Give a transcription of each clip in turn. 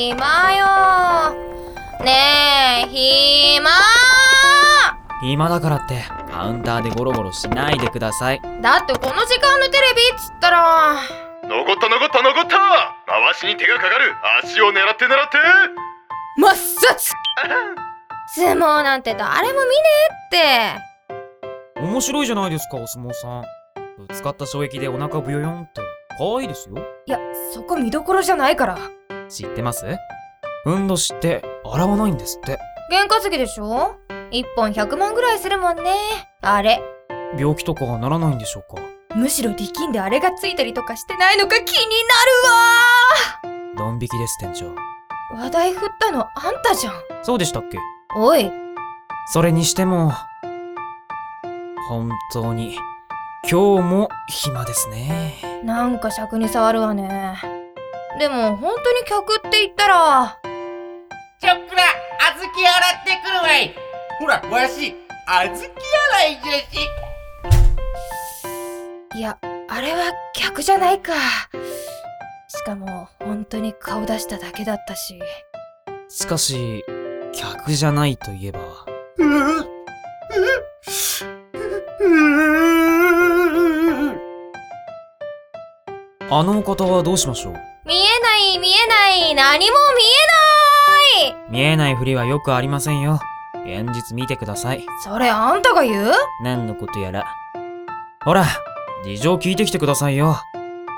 暇よねえ暇暇だからってカウンターでゴロゴロしないでくださいだってこの時間のテレビっつったら残った残った残った回しに手がかかる足を狙って狙って抹殺相撲なんて誰も見ねえって面白いじゃないですかお相撲さんぶつかった衝撃でお腹ブヨヨンって可愛いですよいやそこ見どころじゃないから知ってますふんどしって洗わないんですって験担ぎでしょ一本100万ぐらいするもんねあれ病気とかはならないんでしょうかむしろ力んであれがついたりとかしてないのか気になるドン引きです店長わ話題振ったのあんたじゃんそうでしたっけおいそれにしても本当に今日も暇ですねなんか尺に触るわねでも本当に客って言ったらちょっくら、あずき洗ってくるわい。ほら、わし、あずき洗いじいゃし。やあれは客じゃないかしかも本当に顔出しただけだったししかし客じゃないといえばあのお方はどうしましょう見えない見えない何も見えない見えないふりはよくありませんよ現実見てくださいそれあんたが言う何のことやらほら事情聞いてきてくださいよ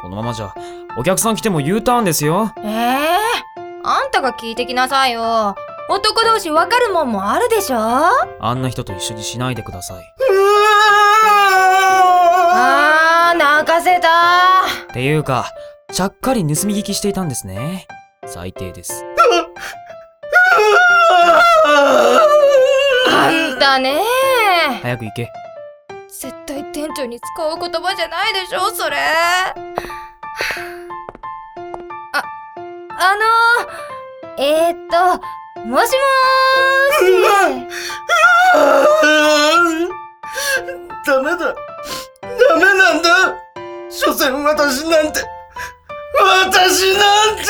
このままじゃお客さん来ても U ターンですよええあんたが聞いてきなさいよ男同士わかるもんもあるでしょあんな人と一緒にしないでくださいあー泣かせたっていうかちゃっかり盗み聞きしていたんですね最低ですあんたね早く行け絶対店長に使う言葉じゃないでしょそれああのえー、っともしもーしダメだ。ダメなんだ。所詮私なんて、私なんて。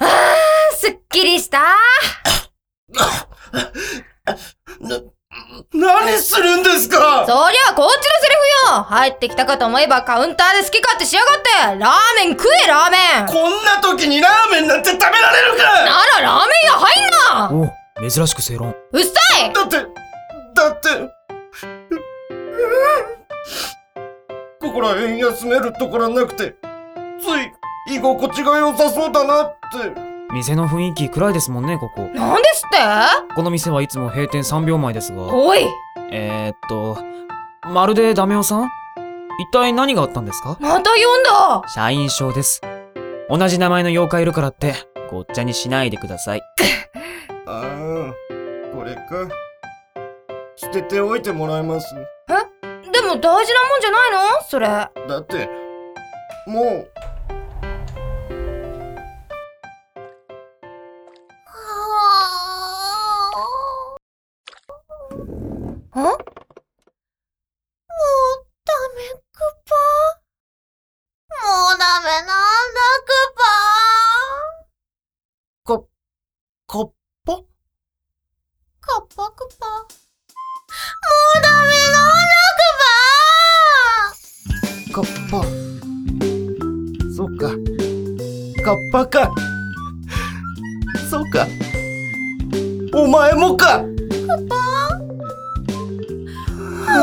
あーすっきりしたな、何するんですかそりゃこっちのセリフよ入ってきたかと思えばカウンターで好き勝手しやがってラーメン食えラーメンなこんな時にラーメンなんて食べられるからラーメン屋入んなお珍しく正論うっさいだって、だって、ううここら辺休めるところなくて、つい居心地が良さそうだなって。店の雰囲気暗いですもんねここなんですってこの店はいつも閉店3秒前ですがおいえー、っとまるでダメオさん一体何があったんですかまた呼んだ社員証です同じ名前の妖怪いるからってごっちゃにしないでくださいああ、これか。捨てておいてもらえます。でも大事なもんじゃないのそれだって、もう、んもうダメクパもうダメなんだクこ、こっパぽカッパクパもうダメなカッパ。そうか。カッパか。そうか。お前もか。カッんだクパ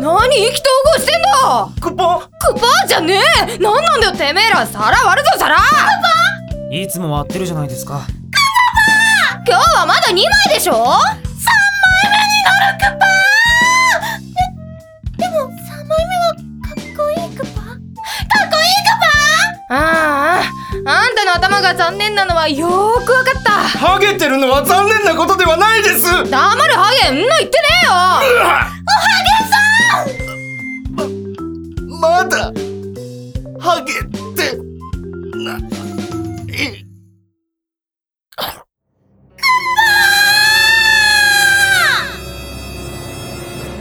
何意気投合してんだパ。クパ。クパじゃねえ何なんだよてめえら皿割るぞ皿いつも割ってるじゃないですか今日はまだ2枚でしょ3枚目になるクパででも3枚目はかっこいいクパかっこいいクパあああんたの頭が残念なのはよーくわかったハゲてるのは残念なことではないです。黙るハゲんな言ってねえよまだ。ハゲて。な。い。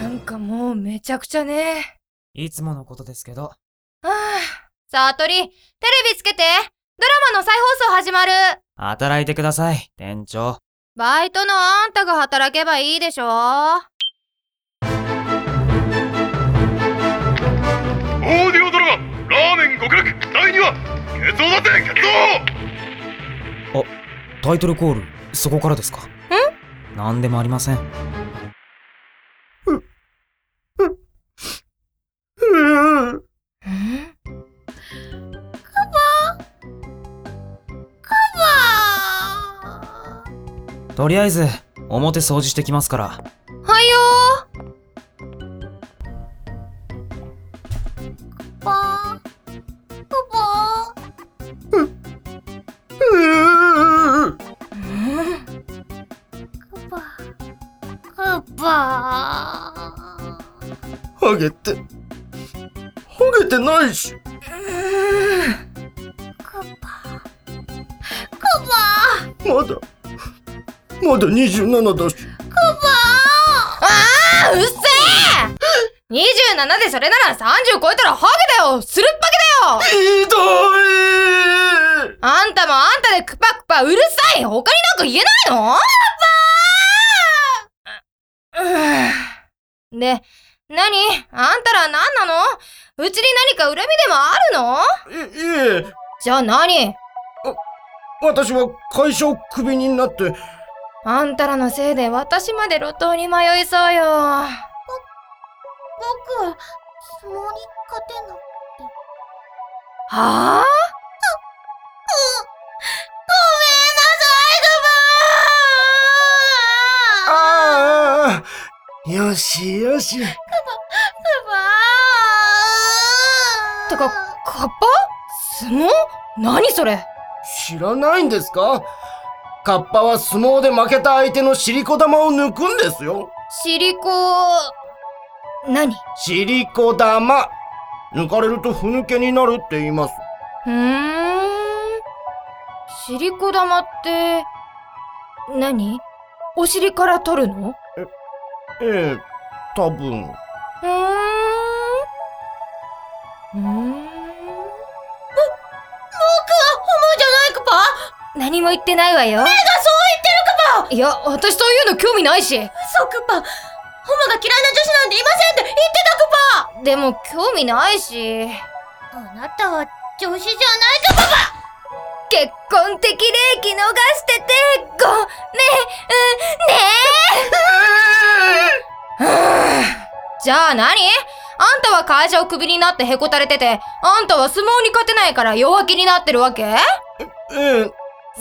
なんかもうめちゃくちゃねいつものことですけど。ああさあ、とり、テレビつけてドラマの再放送始まる働いてください、店長。バイトのあんたが働けばいいでしょオーディオドラマラーメン極楽第2話決闘だぜ決闘タイトルコール、そこからですかん何でもありません。うんんあとりあえず、表掃除してきますから。はいよーばーパパうんクッパクッパハゲてハゲてないしクッパクッまだまだ27だしああうっせえ !27 でそれなら30超えたらハゲだよスルッパゲだよひどいあんたもあんたでクパクパうるさい他になんか言えないのううーで、何あんたら何なのうちに何か恨みでもあるのいいえじゃあ何私は会社をクビになってあんたらのせいで私まで路頭に迷いそうよ。僕は相撲に勝てなはあああよしよしてか、カッパ相撲何それ知らないんですかカッパは相撲で負けた相手の尻子玉を抜くんですよシリコ何尻子玉抜かれるとふぬけになるって言いますうーん。シリコ玉って、何お尻から取るのうええ多分ーん。うーん。ぼ、僕はホモじゃないクパ何も言ってないわよ。目がそう言ってるクパいや、私そういうの興味ないし。嘘クッパホモが嫌いな女子なんていませんって言ってたクでも興味ないし。パあなたは女子じゃない結婚的利益逃してて、ごめん、うん、ねえ。じゃあ何あんたは会社をクビになってへこたれてて、あんたは相撲に勝てないから弱気になってるわけええ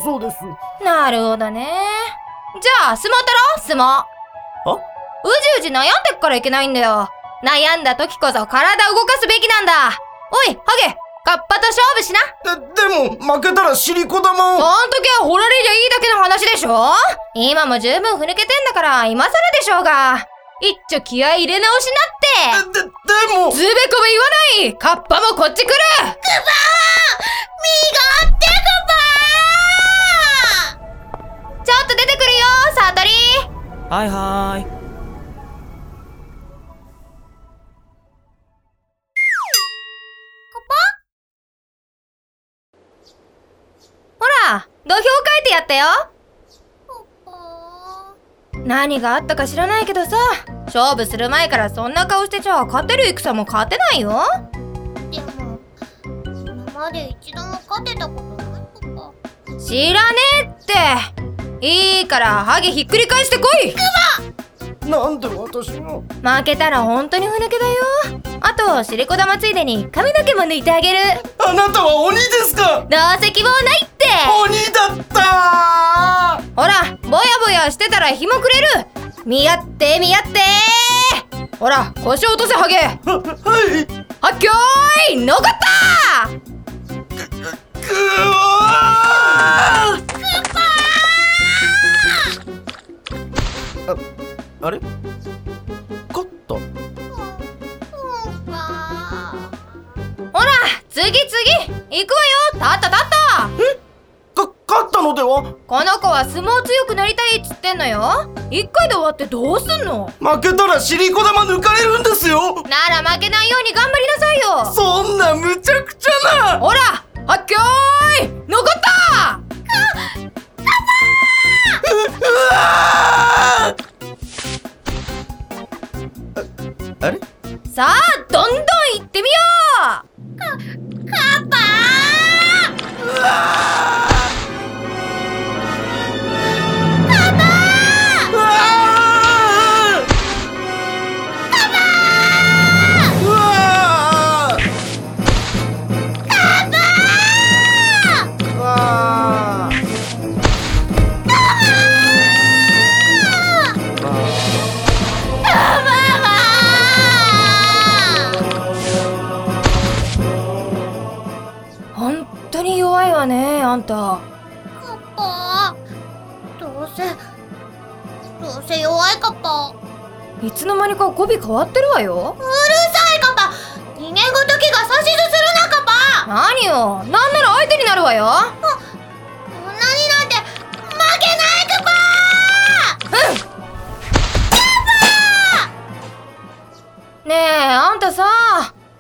そうですなるほどね。じゃあ、相撲取ろう、相撲。うじうじ悩んでっからいけないんだよ。悩んだ時こそ体を動かすべきなんだ。おい、ハゲ、カッパと勝負しな。ででも負けたら尻子玉をあん時は掘られりゃいいだけの話でしょ今も十分ふぬけてんだから今更でしょうが一丁気合い入れ直しなってで、でもずべこべ言わないカッパもこっち来るクバー身勝手クバーちょっと出てくるよサトリはいはーい。ほら土俵を書いてやったよパ何があったか知らないけどさ勝負する前からそんな顔してちゃ勝てる戦も勝てないよでも今まで一度も勝てたことないクッパ知らねえっていいからハゲひっくり返してこいなんで私が負けたら本当にふぬけだよあとシリコ玉ついでに髪の毛も抜いてあげるあなたは鬼ですかどうせ希望ないって鬼だったーほらぼやぼやしてたら日も暮れる見合って見合ってほら腰落とせハゲはははいっきょーい残ったくわーああれ勝ったうんうんばほら次次行くわよ立った立ったか勝ったのではこの子は相撲強くなりたいっつってんのよ一回で終わってどうすんの負けたら尻子玉抜かれるんですよなら負けないように頑張ちゃくちゃなほらはっけーい残ったあれさあどんどん行ってみようパパうわーうわー本当に弱いわねあんたカッパどうせどうせ弱いカッパうるいつの間にか語尾変わってるわよさいカッパ二年ごときが指図するなカッパ何よなんなら相手になるわよ女になんて負けないカッパねえあんたさ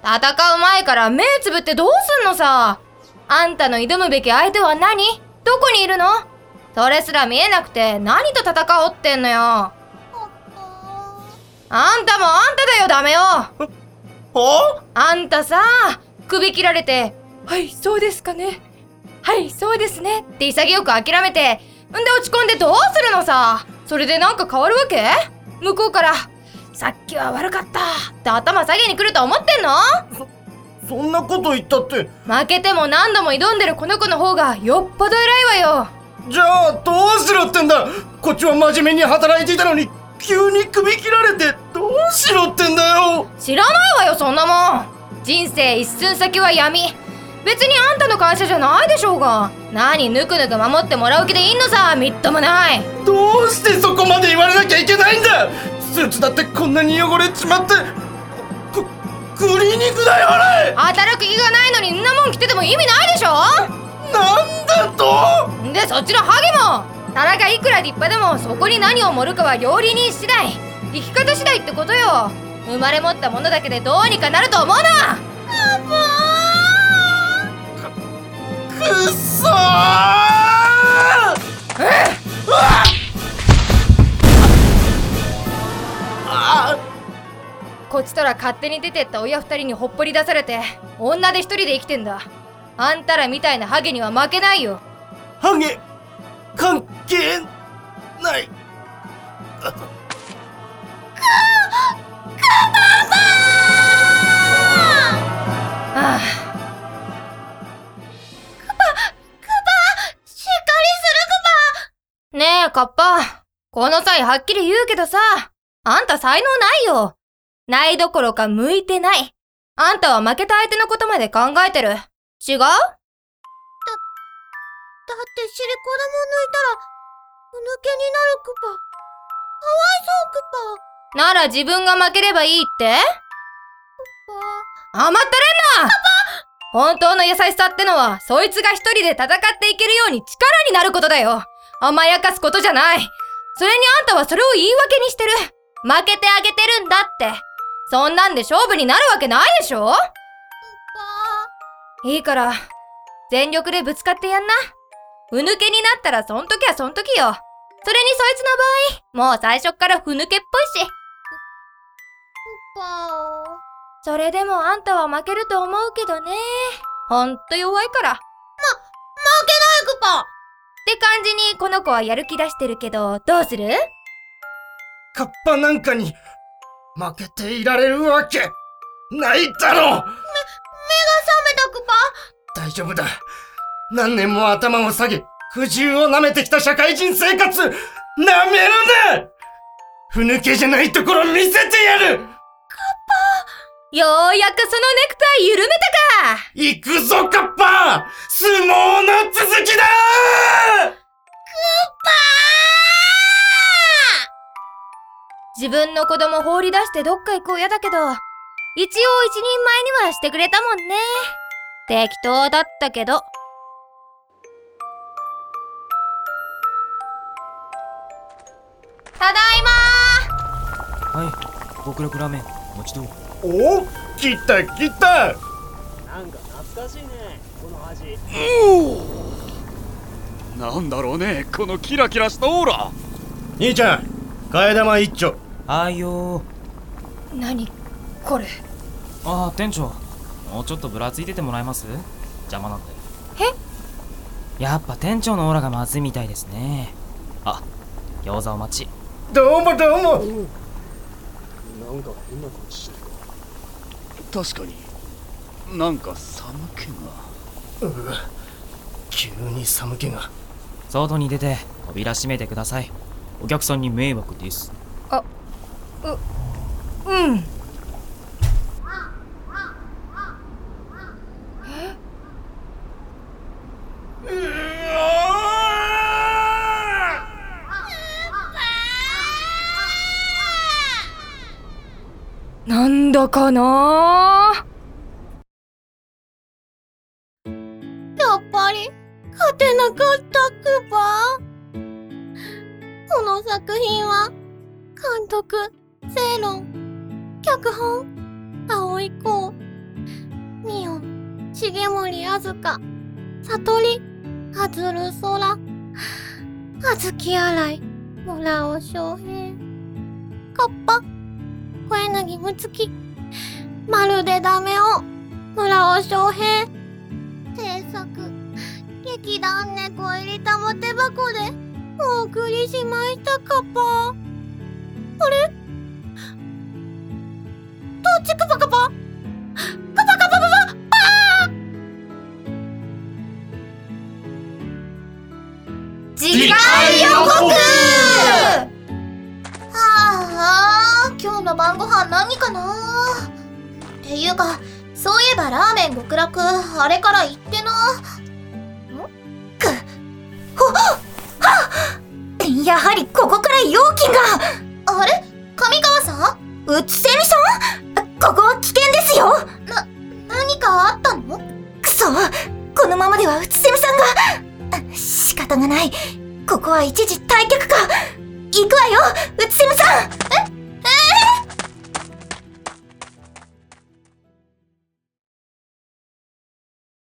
戦う前から目つぶってどうすんのさあんたの挑むべき相手は何どこにいるのそれすら見えなくて何と戦おうってんのよあんたもあんただよダメよおあんたさ首切られて「はいそうですかねはいそうですね」って潔く諦めてんで落ち込んでどうするのさそれでなんか変わるわけ向こうから「さっきは悪かった」って頭下げに来ると思ってんのそんなこと言ったって負けても何度も挑んでるこの子の方がよっぽど偉いわよじゃあどうしろってんだこっちは真面目に働いていたのに急に首切られてどうしろってんだよ知らないわよそんなもん人生一寸先は闇別にあんたの会社じゃないでしょうが何ぬくぬく守ってもらう気でいいのさみっともないどうしてそこまで言われなきゃいけないんだスーツだってこんなに汚れちまってく栗肉だよあれ働く気がないのにんなもん着てても意味ないでしょなんだとんでそっちのハゲもたらがいくら立派でもそこに何を盛るかは料理人次第生き方次第ってことよ生まれ持ったものだけでどうにかなると思うなくっそーこっちとら勝手に出てった親二人にほっぽり出されて女で一人で生きてんだあんたらみたいなハゲには負けないよハゲ関係ないああしっかりするカッパねえ、カッパ。この際はっきり言うけどさ、あんた才能ないよ。ないどころか向いてない。あんたは負けた相手のことまで考えてる。違うだって尻子玉抜いたらふぬけになるクパかわいそうクなら自分が負ければいいってパ甘ったれんな本当の優しさってのは、そいつが一人で戦っていけるように力になることだよ。甘やかすことじゃない。それにあんたはそれを言い訳にしてる。負けてあげてるんだって。そんなんで勝負になるわけないでしょいいから、全力でぶつかってやんな。ふぬけになったらそん時はそん時よ。それにそいつの場合、もう最初っからふぬけっぽいし。パパそれでもあんたは負けると思うけどね。ほんと弱いから。クパって感じにこの子はやる気出してるけど、どうするカッパなんかに負けていられるわけないだろう冷めたクパ大丈夫だ何年も頭を下げ苦渋を舐めてきた社会人生活舐めるなふぬけじゃないところ見せてやるようやくそのネクタイ緩めたか行くぞカッパ相撲の続きだ自分の子供放り出してどっか行く親だけど、一応一人前にはしてくれたもんね。適当だったけど。ただいまはい極楽ラーメンもちどうお来た来たーなんか懐かしいねこの味なんだろうねこのキラキラしたオーラ兄ちゃん替え玉一丁あーよー何これあー店長もうちょっとぶらついててもらえます邪魔なんでえやっぱ店長のオーラがまずいみたいですねあ餃子お待ちどうもどうもなんか変な感じしてる確かになんか寒気が急に寒気が外に出て扉閉めてくださいお客さんに迷惑ですうんえなんだかなやっぱり勝てなかったクバこの作品は監督正論脚本青井光ミオン重森あずか悟りあずる空あずき洗い村尾翔平カッパ小柳むつきまるでダメを村尾翔平制作劇団猫入り玉手箱でお送りしましたかぱあれどっちカパカパカパカパパパ次回予告はあ今日の晩ご飯何かなっていうかそういえばラーメン極楽あれから行ってなんくほはっやはりここから容器があれ上川さんうつせみさんここは危険ですよな何かあったのくそこのままではうつせみさんがあ仕方がないここは一時退却か行くわようつせみさん